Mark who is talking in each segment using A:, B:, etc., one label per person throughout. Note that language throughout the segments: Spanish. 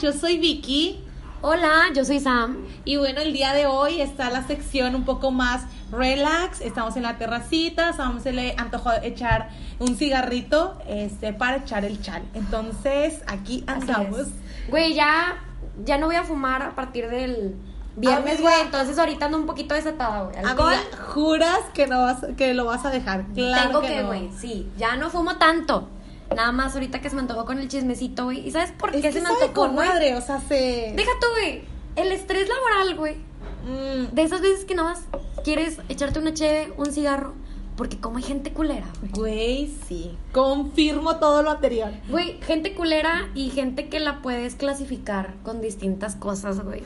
A: yo soy Vicky
B: Hola, yo soy Sam.
A: y bueno, el día de hoy está la sección un poco más relax, estamos en la terracita, Sam se le antojó echar un cigarrito este, para echar el chal. Entonces, aquí
B: Así
A: andamos.
B: es. Güey, ya, ya no voy a fumar a partir del viernes,
A: Amiga.
B: güey. Entonces ahorita ando un poquito desatada, güey.
A: Alcohol,
B: Alcohol,
A: juras que, no vas, que lo vas a dejar. Claro
B: tengo
A: que,
B: que,
A: no.
B: güey. Sí, ya no fumo tanto. Nada más ahorita que se me antojó con el chismecito, güey. ¿Y sabes por
A: Es
B: qué
A: que
B: se me
A: sabe
B: antojó,
A: con
B: güey?
A: madre, o sea, se...
B: Deja tú, güey. El estrés laboral, güey.
A: Mm,
B: De esas veces que nada más quieres echarte una cheve, un cigarro. Porque como hay gente culera, güey.
A: Güey, sí. Confirmo todo lo anterior.
B: Güey, gente culera y gente que la puedes clasificar con distintas cosas, güey.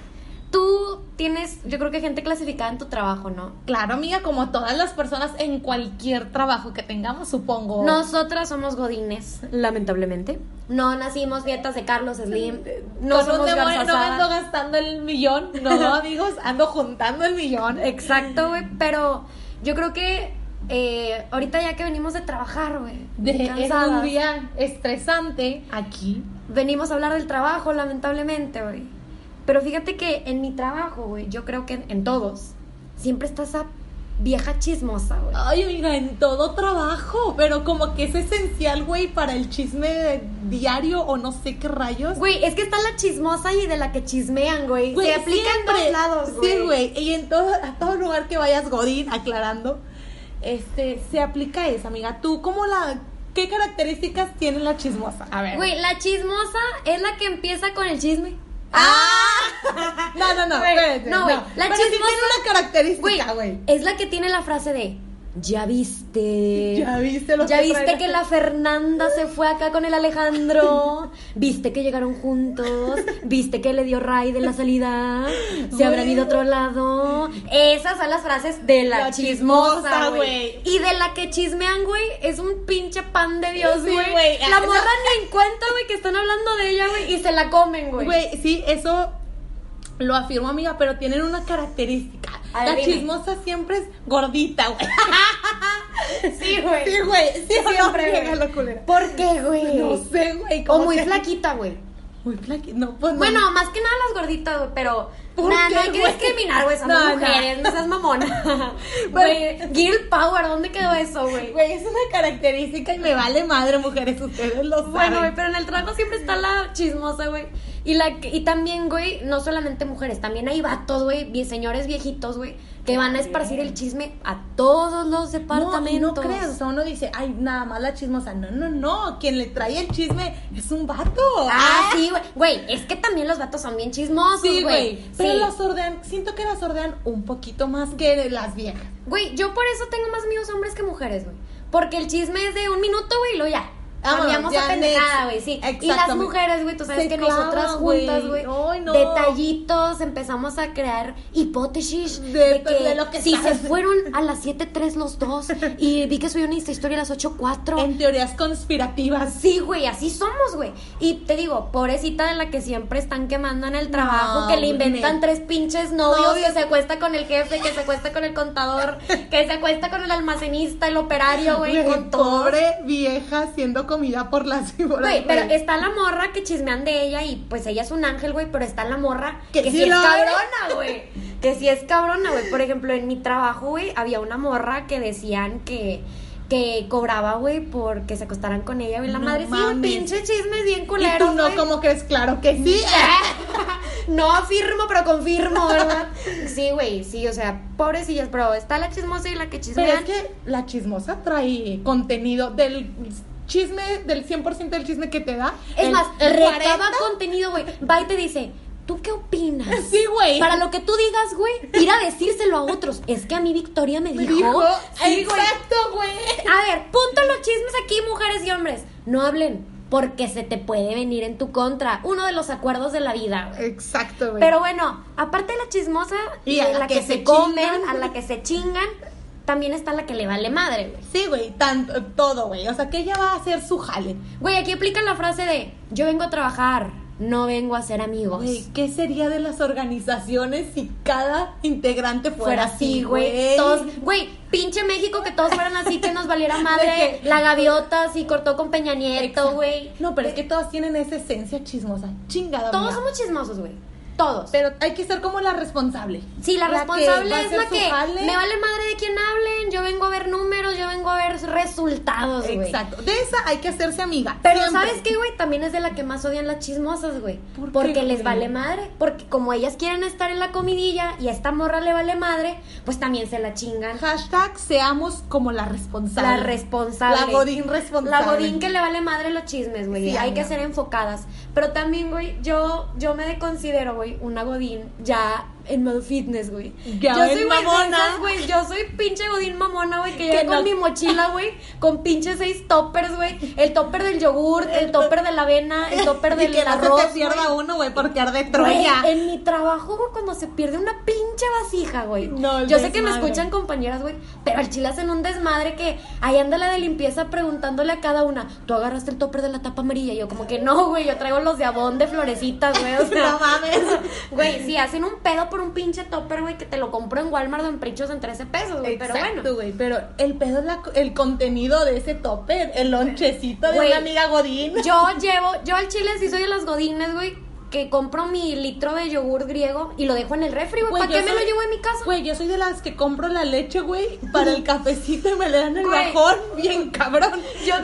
B: Tú tienes, yo creo que gente clasificada en tu trabajo, ¿no?
A: Claro, amiga, como todas las personas en cualquier trabajo que tengamos, supongo.
B: Nosotras somos godines, lamentablemente. No nacimos nietas de Carlos Slim. No
A: Con un
B: somos
A: demonio, no
B: Garza
A: me
B: Sada.
A: ando gastando el millón. No, amigos, ando juntando el millón.
B: Exacto, güey. Pero yo creo que eh, ahorita ya que venimos de trabajar, güey.
A: De- es un
B: cansadas,
A: día estresante aquí.
B: venimos a hablar del trabajo, lamentablemente, güey. Pero fíjate que en mi trabajo, güey, yo creo que en, en todos, siempre está esa vieja chismosa, güey.
A: Ay, amiga, en todo trabajo, pero como que es esencial, güey, para el chisme diario o no sé qué rayos.
B: Güey, es que está la chismosa y de la que chismean, güey.
A: Güey,
B: Se aplica en
A: siempre.
B: todos lados, güey.
A: Sí, güey. Y en todo, a todo lugar que vayas, Godín, aclarando, este, se aplica esa, amiga. ¿Tú cómo la... ¿Qué características tiene la chismosa? A ver.
B: Güey, la chismosa es la que empieza con el chisme.
A: ¡Ah! No, no, no.
B: Güey,
A: espérate,
B: no, güey, la
A: Pero sí
B: chismosa-
A: tiene una característica, güey.
B: Es la que tiene la frase de, ya viste.
A: Ya viste lo
B: ¿Ya
A: que
B: viste
A: traen
B: que
A: acá?
B: la Fernanda se fue acá con el Alejandro? ¿Viste que llegaron juntos? ¿Viste que le dio ray de la salida? ¿Se habrán
A: Güey.
B: ido a otro lado? Esas son las frases de la,
A: La
B: chismosa,
A: chismosa,
B: güey.
A: güey.
B: Y de la que chismean, güey, es un pinche pan de Dios,
A: Sí,
B: güey.
A: güey.
B: la
A: Ah,
B: morra ni en cuenta, güey, que están hablando de ella, güey, y se la comen, güey.
A: Güey, sí, eso lo afirmo, amiga, pero tienen una característica.
B: A ver,
A: la
B: dime.
A: chismosa siempre es gordita, güey.
B: Sí, güey.
A: Sí, güey. Sí, o no,
B: Siempre,
A: amiga,
B: güey.
A: la culera.
B: ¿Por qué, güey?
A: No sé, güey.
B: o
A: como
B: muy
A: que-
B: flaquita, güey.
A: Muy flaquita. No, pues no.
B: Bueno, más que nada las gorditas, güey, pero.
A: ¿Por
B: Nah,
A: qué,
B: no hay que
A: güey?
B: discriminar, güey. Somos
A: No, no.
B: mujeres, no seas mamona. Güey, Girl Power, ¿dónde quedó eso, güey?
A: Güey, es una característica y me vale madre, mujeres, ustedes lo saben.
B: Bueno, güey, pero en el trabajo siempre está la chismosa, güey. Y, la, que- y también, güey, no solamente mujeres, también hay vatos, güey, vie- señores viejitos, güey, que van a esparcir el chisme a todos los
A: no, y no
B: departamentos.
A: creas, o sea, uno dice, ay, nada más la chismosa. No, no, no, quien le trae el chisme es un vato.
B: Ah, sí, güey. Güey, es que también los vatos son bien chismosos,
A: Sí,
B: güey.
A: güey. Pero
B: Sí.
A: las ordean, siento que las ordean un poquito más que las viejas.
B: Güey, yo por eso tengo más amigos hombres que mujeres, güey. Porque el chisme es de un minuto, güey, y luego ya.
A: Vámonos,
B: Cambiamos
A: ya,
B: a
A: next.
B: pendejada, güey, sí. Y las
A: Exactamente.
B: mujeres, güey, tú sabes
A: Se
B: que
A: clavan,
B: nosotras
A: güey.
B: juntas, güey.
A: Ay, no.
B: Detallitos, empezamos a crear hipótesis
A: De-
B: de, que,
A: pues, de lo que
B: si
A: sabes.
B: se fueron a las 7.3 los dos y vi que subieron Insta Historia a las 8.4.
A: En teorías conspirativas.
B: pues Sí, güey, así somos, güey. Y te digo, pobrecita de la que siempre están quemando en el trabajo,
A: No,
B: que le
A: güey,
B: inventan
A: neta.
B: tres pinches novios,
A: Novios.
B: que se acuesta con el jefe, que se acuesta con el contador, que se acuesta con el almacenista, el operario, güey, con todo.
A: pobre vieja haciendo comida por las víboras.
B: Güey, pero está la morra que chismean de ella y pues ella es un ángel, güey, pero está la morra que,
A: Que
B: sí,
A: sí
B: es
A: lo es.
B: cabrona, güey. Que sí es cabrona, güey. Por ejemplo, en mi trabajo, güey, había una morra que decían que que cobraba, güey, porque se acostaran con ella, güey, la
A: No
B: madre. Sí, güey,
A: mames.
B: pinche chismes bien
A: Y
B: culeros,
A: tú no,
B: güey.
A: como crees, claro que sí.
B: No afirmo, pero confirmo, ¿verdad? Sí, güey, sí, o sea, pobrecillas, pero está la chismosa y la que
A: Pero
B: chismea.
A: es que la chismosa trae contenido del chisme, del 100% del chisme que te da.
B: Es
A: el-
B: más,
A: el
B: recaba
A: 40.
B: contenido, güey. Va y te dice, ¿tú qué opinas?
A: Sí, güey.
B: Para lo que tú digas, güey, ir a decírselo a otros. Es que a mí Victoria me dijo. Sí, güey.
A: Exacto, güey.
B: A ver, punto los chismes aquí, mujeres y hombres. No hablen, porque se te puede venir en tu contra. Uno de los acuerdos de la vida, güey.
A: Exacto, güey.
B: Pero bueno, aparte de la chismosa y
A: Y a
B: de
A: la
B: la que,
A: que
B: se,
A: se
B: comen,
A: chingan.
B: a la que se chingan, también está la que le vale madre, güey.
A: Sí, güey, tanto, todo, güey. O sea, que ella va a hacer su jale.
B: Güey, aquí aplican la frase de yo vengo a trabajar, no vengo a ser amigos.
A: Güey, ¿qué sería de las organizaciones si cada integrante
B: fuera así, güey. Todos, güey, pinche México que todos fueran así, que nos valiera madre. la gaviota así cortó con Peña Nieto, güey.
A: No, pero es que todos tienen esa esencia chismosa, chingada.
B: Eh, Todos
A: mía.
B: somos chismosos, güey. Todos.
A: Pero hay que ser como la responsable.
B: Sí, la,
A: La que
B: responsable
A: va a
B: es
A: hacer
B: la
A: su
B: que
A: jale.
B: me vale madre de quién hablen, yo vengo a ver números, yo vengo a ver resultados, güey.
A: Exacto. De esa hay que hacerse amiga.
B: Pero
A: siempre.
B: ¿sabes qué, güey? También es de la que más odian las chismosas, güey.
A: ¿Por qué,
B: Porque
A: güey?
B: les vale madre. Porque como ellas quieren estar en la comidilla y a esta morra le vale madre, pues también se la chingan.
A: Hashtag seamos como la responsable.
B: La responsable.
A: La Godín responsable.
B: La godín que le vale madre los chismes,
A: Sí,
B: güey. Hay
A: ay,
B: que
A: no.
B: ser enfocadas. Pero también, güey, yo, yo me considero, güey, una godín ya en modo fitness, güey.
A: Ya
B: yo
A: en
B: soy güey, de
A: mamona.
B: esas, güey. Yo soy pinche godín mamona, güey, que
A: Que
B: llega con
A: no-
B: mi mochila, güey, con pinche seis toppers, güey. El topper del yogur, el topper de la avena, el topper
A: Y
B: del
A: que no
B: arroz.
A: se te pierda
B: güey.
A: uno, güey, porque arde
B: Güey,
A: Troya.
B: en mi trabajo, güey, cuando se pierde una pinche vasija, güey.
A: No, el
B: Yo sé que me
A: desmadre.
B: escuchan compañeras, güey, pero al chile hacen un desmadre que ahí anda la de limpieza preguntándole a cada una, tú agarraste el topper de la tapa amarilla. Y yo, como que no, güey, yo traigo los de abón de florecitas, güey. O sea,
A: No mames.
B: Güey, sí, hacen un pedo por un pinche topper, güey, que te lo compro en Walmart o en Prichos en 13 pesos, güey. Pero bueno.
A: Exacto, güey. Pero el pedo es la co- el contenido de ese topper, el lonchecito de
B: Güey.
A: una amiga Godín.
B: Yo llevo, yo al chile sí soy de los godines, güey, que compro mi litro de yogur griego y lo dejo en el refri, güey.
A: Güey,
B: ¿Para
A: yo
B: qué me lo
A: soy-
B: llevo en mi casa?
A: Güey, yo soy de las que compro la leche, güey, para el cafecito y me le dan el
B: Güey.
A: bajón, bien cabrón.
B: Yo,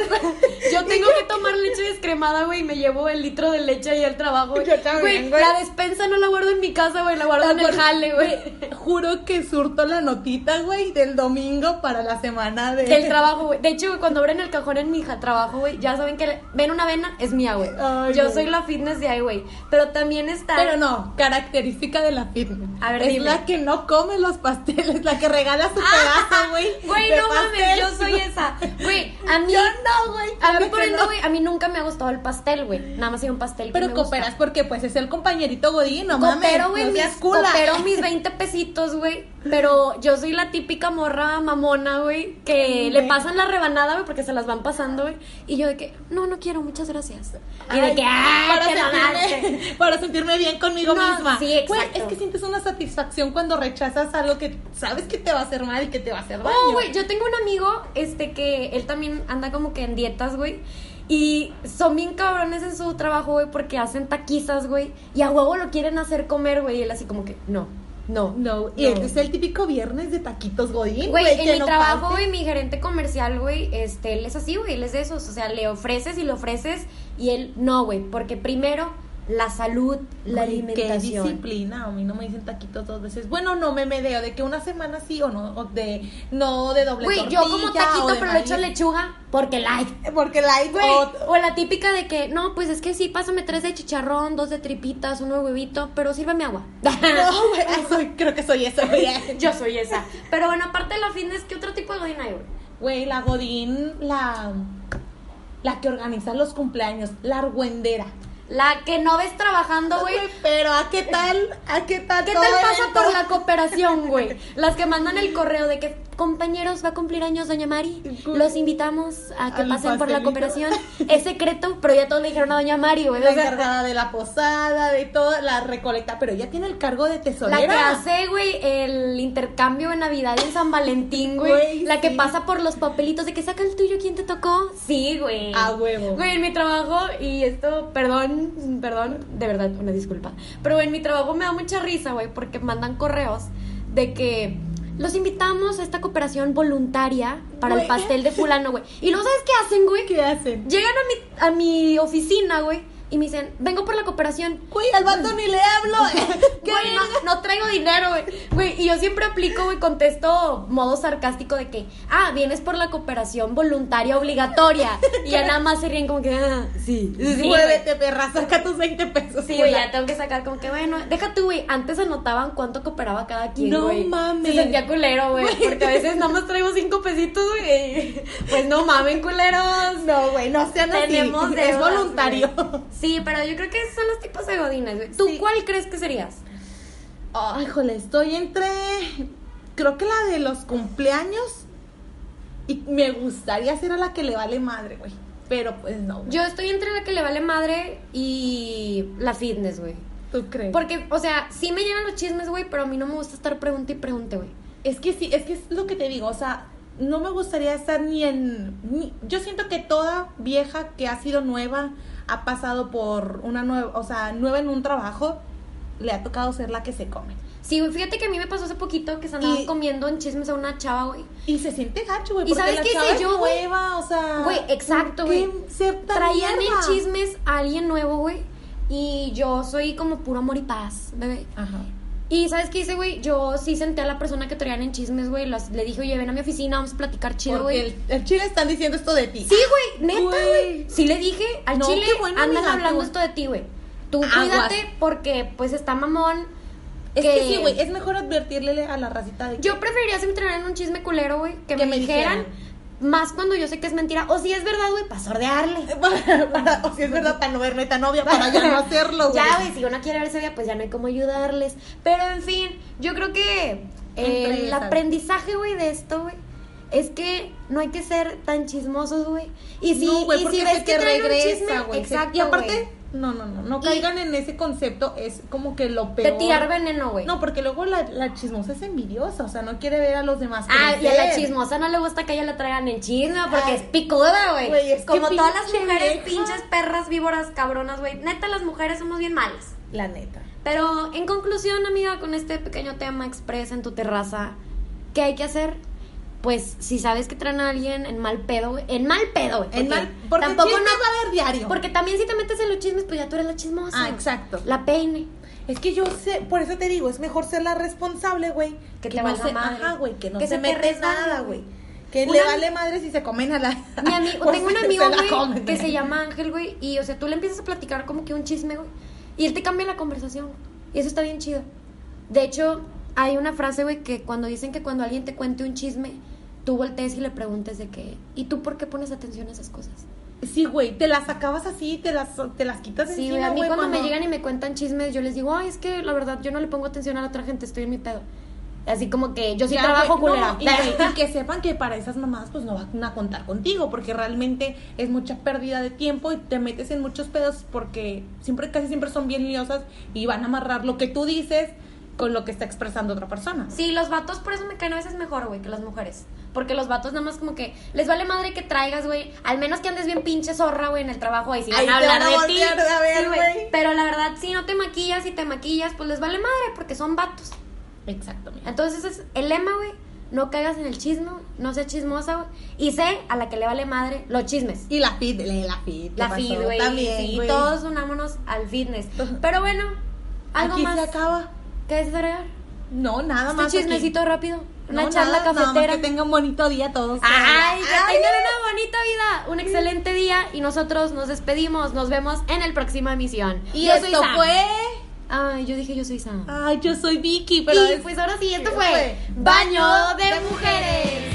B: yo tengo que tomar leche descremada, güey, y me llevo el litro de leche ahí al trabajo. güey.
A: Yo también, güey.
B: La despensa no la guardo en mi casa, güey, la guardo en el jale, güey.
A: Juro que surto la notita, güey, del domingo para la semana de...
B: Del trabajo, güey. De hecho, güey, cuando abren el cajón en mi hija trabajo, güey, ya saben que le- ven una vena, es mía, güey.
A: Ay,
B: Yo
A: güey.
B: soy la fitness de ahí, güey. Pero también está.
A: Pero no, característica de la fitness.
B: A ver,
A: es
B: dime.
A: la que no come los pasteles, la que regala su pedazo, güey.
B: Ah, Güey,
A: de
B: no mames,
A: pastel.
B: yo soy esa. Güey, a mí.
A: Yo no, güey.
B: A mí,
A: claro
B: por
A: que
B: ejemplo,
A: no.
B: güey, a mí nunca me ha gustado el pastel, güey. Nada más hay un pastel que
A: Pero
B: me gusta.
A: cooperas porque pues es el compañerito Godín, no mames.
B: Coopero, güey,
A: no
B: mis,
A: seas cula.
B: coopero mis 20 pesitos, güey. Pero yo soy la típica morra mamona, güey, que le
A: Güey.
B: pasan la rebanada, güey, porque se las van pasando, güey. Y yo de que, no, no quiero, muchas gracias. Y
A: Ay,
B: de que, ¡ah,
A: para
B: te
A: sentirme,
B: mamaste!
A: para sentirme bien conmigo
B: No,
A: misma.
B: sí,
A: Güey,
B: exacto.
A: es que sientes una satisfacción cuando rechazas algo que sabes que te va a hacer mal y que te va a hacer daño.
B: Oh, güey, yo tengo un amigo, este, que él también anda como que en dietas, güey. Y son bien cabrones en su trabajo, güey, porque hacen taquizas, güey. Y a huevo lo quieren hacer comer, güey. Y él así como que, no, no,
A: No, y es el típico viernes de taquitos godín,
B: Güey,
A: güey,
B: en
A: pues, que
B: mi
A: no
B: trabajo,
A: falte.
B: güey, mi gerente comercial, güey, este, él es así, güey, él es de esos. O sea, le ofreces y le ofreces y él no, güey, porque primero la salud, la
A: Güey, Qué
B: alimentación.
A: disciplina, a mí no me dicen taquitos dos veces. Bueno, no me medeo de que una semana sí o no, o de no de doble
B: Güey, yo como
A: tortilla o
B: taquito,
A: de
B: pero le echo
A: maíz.
B: lechuga porque like.
A: Porque la
B: Güey, o la típica de que, no, pues es que sí, pásame tres de chicharrón, dos de tripitas, uno de huevito, pero sírveme agua.
A: No, güey, ay, soy- creo que soy esa, güey.
B: Yo soy esa. Pero bueno, aparte de la fitness, ¿qué otro tipo de godina hay, güey?
A: Güey, la Godín, la. La que organiza los cumpleaños, la argüendera.
B: La que no ves trabajando, güey,
A: Güey, pero ¿a qué tal? ¿A qué tal?
B: ¿Qué
A: todo
B: tal
A: el
B: pasa
A: evento?
B: por la cooperación, güey? Las que mandan el correo de que compañeros va a cumplir años doña Mari, los invitamos a que
A: Al
B: pasen por
A: pastelito.
B: la cooperación. Es secreto, pero ya todos le dijeron a doña Mari, güey.
A: La
B: O sea,
A: encargada de la posada, de toda la recolecta, pero ella tiene el cargo de
B: la que
A: tesorera.
B: hace, güey, el intercambio de Navidad y en San Valentín, güey.
A: Güey,
B: La que
A: sí.
B: pasa por los papelitos de que saca el tuyo, ¿quién te tocó? Sí, güey.
A: A huevo.
B: Güey, en mi trabajo, y esto, perdón, perdón, de verdad, una disculpa. Pero en mi trabajo me da mucha risa, güey, porque mandan correos de que los invitamos a esta cooperación voluntaria para el
A: Güey.
B: pastel de fulano, güey. Y luego, ¿sabes qué hacen, güey?
A: ¿Qué hacen?
B: Llegan a mi, a mi oficina, güey, y me dicen, vengo por la cooperación.
A: Güey, al vato ni le hablo. ¿Qué
B: Güey, no, no traigo dinero, güey. Güey, y yo siempre aplico, güey, contesto modo sarcástico de que, ah, vienes por la cooperación voluntaria obligatoria. Y ya nada más se ríen como que, ah, sí, sí. güey.
A: Muévete, perra, saca tus 20 pesos.
B: Sí, güey,
A: Pues la-
B: ya tengo que sacar como que, bueno, deja tú, güey. Antes anotaban cuánto cooperaba cada quien,
A: No
B: güey.
A: mames.
B: Se sentía culero, güey. Porque a veces nada más traigo cinco pesitos, güey. Pues no mamen, culeros.
A: No, güey, no sean así.
B: Tenemos
A: es
B: deudas,
A: voluntario.
B: güey. Sí, pero yo creo que esos son los tipos de godines, güey. ¿Tú
A: Sí.
B: cuál crees que serías?
A: Ay, jole, Ah, estoy entre. Creo que la de los cumpleaños. Y me gustaría ser a la que le vale madre, güey. pero pues no. güey.
B: Yo estoy entre la que le vale madre y la fitness, güey.
A: ¿Tú crees?
B: Porque, o sea, sí me llegan los chismes, güey, pero a mí no me gusta estar pregunta y pregunta, güey.
A: Es que sí, es que es lo que te digo, o sea, no me gustaría estar ni en... ni- yo siento que toda vieja que ha sido nueva, ha pasado por una nueva, o sea, nueva en un trabajo, le ha tocado ser la que se come.
B: Sí, güey, fíjate que a mí me pasó hace poquito que se andaban
A: Y-
B: comiendo en chismes a una chava, güey.
A: Y se siente gacho, güey.
B: ¿Y
A: porque
B: sabes
A: la
B: qué hice
A: chava es
B: yo, güey?
A: nueva, o sea...
B: Güey, exacto,
A: ¿qué
B: güey.
A: ser tan
B: Traían
A: mierda?
B: en chismes a alguien nuevo, güey. Y yo soy como puro amor y paz, bebé.
A: Ajá.
B: Y ¿sabes qué hice, güey? Yo sí senté a la persona que traían en chismes, güey. las- Le dije, oye, ven a mi oficina, vamos a platicar chido,
A: Porque
B: güey.
A: el, el chile están diciendo esto de ti.
B: Sí, güey, neta,
A: Güey.
B: güey. Sí le dije al
A: No,
B: chile,
A: qué bueno,
B: andan
A: amiga,
B: hablando
A: tú.
B: esto de ti, güey. Tú
A: Aguas.
B: cuídate porque, pues, está mamón.
A: Es que sí, güey, es mejor advertirle a la racita de que...
B: Yo preferiría si me trajeran un chisme culero, güey, que, me, dijeran, más cuando yo sé que es mentira. O si es verdad, güey, para sordearle.
A: Para- o si es verdad, para no verme tan obvia, para ya no hacerlo, güey.
B: Ya, güey, si uno quiere verse bien, pues ya no hay cómo ayudarles. Pero, en fin, yo creo que eh,
A: Entre
B: el
A: esas.
B: aprendizaje, güey, de esto, güey, es que no hay que ser tan chismosos, güey. Y si,
A: no, güey,
B: y
A: porque
B: si
A: se
B: ves que
A: te
B: traen un
A: regresa,
B: chisme,
A: güey.
B: exacto,
A: Y aparte,
B: güey,
A: no, no, no, no
B: Y-
A: caigan en ese concepto, es como que lo
B: de
A: peor.
B: tirar veneno, güey.
A: No, pues, porque luego la, la chismosa es envidiosa, o sea, no quiere ver a los demás.
B: Ah, y a la
A: crecer.
B: chismosa no le gusta que a ella la traigan en chisme porque
A: Ay.
B: es picuda, güey.
A: Güey, es que
B: Como todas las
A: pinche vieja.
B: mujeres, pinches perras, víboras, cabronas, güey. Neta, las mujeres somos bien malas.
A: La neta.
B: Pero en conclusión, amiga, con este pequeño tema expresa en tu terraza, ¿qué hay que hacer? Pues si sabes que traen a alguien en mal pedo, güey. En mal pedo, güey.
A: En mal, porque
B: Porque tampoco
A: chismes
B: no.
A: va a haber diario.
B: Porque también si te metes en los chismes, pues ya tú eres la chismosa.
A: Ah, exacto.
B: La peine.
A: Es que yo sé, por eso te digo, es mejor ser la responsable, güey.
B: Que te
A: no
B: valga
A: se-
B: madre.
A: Ajá, güey, que no
B: Que
A: se,
B: se te
A: mete
B: resbale,
A: nada,
B: güey.
A: güey. Que
B: Una-
A: le vale madre si se comen a la...
B: Mi ami-
A: o
B: tengo
A: si
B: un
A: se
B: amigo,
A: la
B: güey,
A: comen.
B: que se llama Ángel, güey, y, o sea, tú le empiezas a platicar como que un chisme, güey, y él te cambia la conversación, y eso está bien chido. De hecho, hay una frase, güey, que cuando dicen que cuando alguien te cuente un chisme, tú voltees y le preguntes de que, ¿y tú por qué pones atención a esas cosas?
A: Sí, güey, te las sacabas así, te las, te las quitas
B: Sí, güey,
A: encima,
B: a mí
A: güey,
B: cuando me
A: mamá.
B: llegan y me cuentan chismes, yo les digo, ay, es que la verdad yo no le pongo atención a la otra gente, estoy en mi pedo. Así como que yo sí
A: Ya,
B: trabajo
A: güey,
B: culera.
A: no, y, güey, y que sepan que para esas mamadas pues no van a contar contigo porque realmente es mucha pérdida de tiempo y te metes en muchos pedos porque siempre casi siempre son bien liosas y van a amarrar lo que tú dices con lo que está expresando otra persona.
B: Sí, los vatos por eso me caen a veces mejor, güey, que las mujeres. Porque los vatos nada más como que les vale madre que traigas, güey. Al menos que andes bien pinche zorra, güey, en el trabajo. Ahí sí van
A: Ahí
B: a
A: te
B: hablar
A: van a
B: de ti.
A: voltear a ver,
B: Sí, güey.
A: güey.
B: Pero la verdad, si no te maquillas y te maquillas, pues les vale madre porque son vatos.
A: Exactamente.
B: Entonces es el lema, güey. No caigas en el chisme, güey, no seas chismosa, güey. Y sé a la que le vale madre los chismes.
A: Y la feed, le- la feed.
B: La
A: ¿qué
B: feed,
A: pasó?
B: güey.
A: También,
B: sí,
A: güey.
B: todos unámonos al fitness. Pero bueno, algo
A: Aquí
B: más.
A: se acaba.
B: ¿Qué deseas agregar?
A: No, nada
B: Este
A: más. aquí.
B: chismecito rápido. Una
A: No,
B: charla
A: nada, nada más
B: cafetera.
A: que tengan bonito día todos.
B: Ay, que
A: Ay,
B: tengan una bonita vida, un excelente día y nosotros nos despedimos, nos vemos en el próximo emisión.
A: Y
B: Yo soy
A: esto
B: Sam.
A: fue.
B: Ay, yo dije yo soy Sam.
A: Ay, yo soy Vicky, pero.
B: y
A: es-
B: pues ahora sí, esto
A: Sí,
B: fue
A: fue
B: Baño de Mujeres.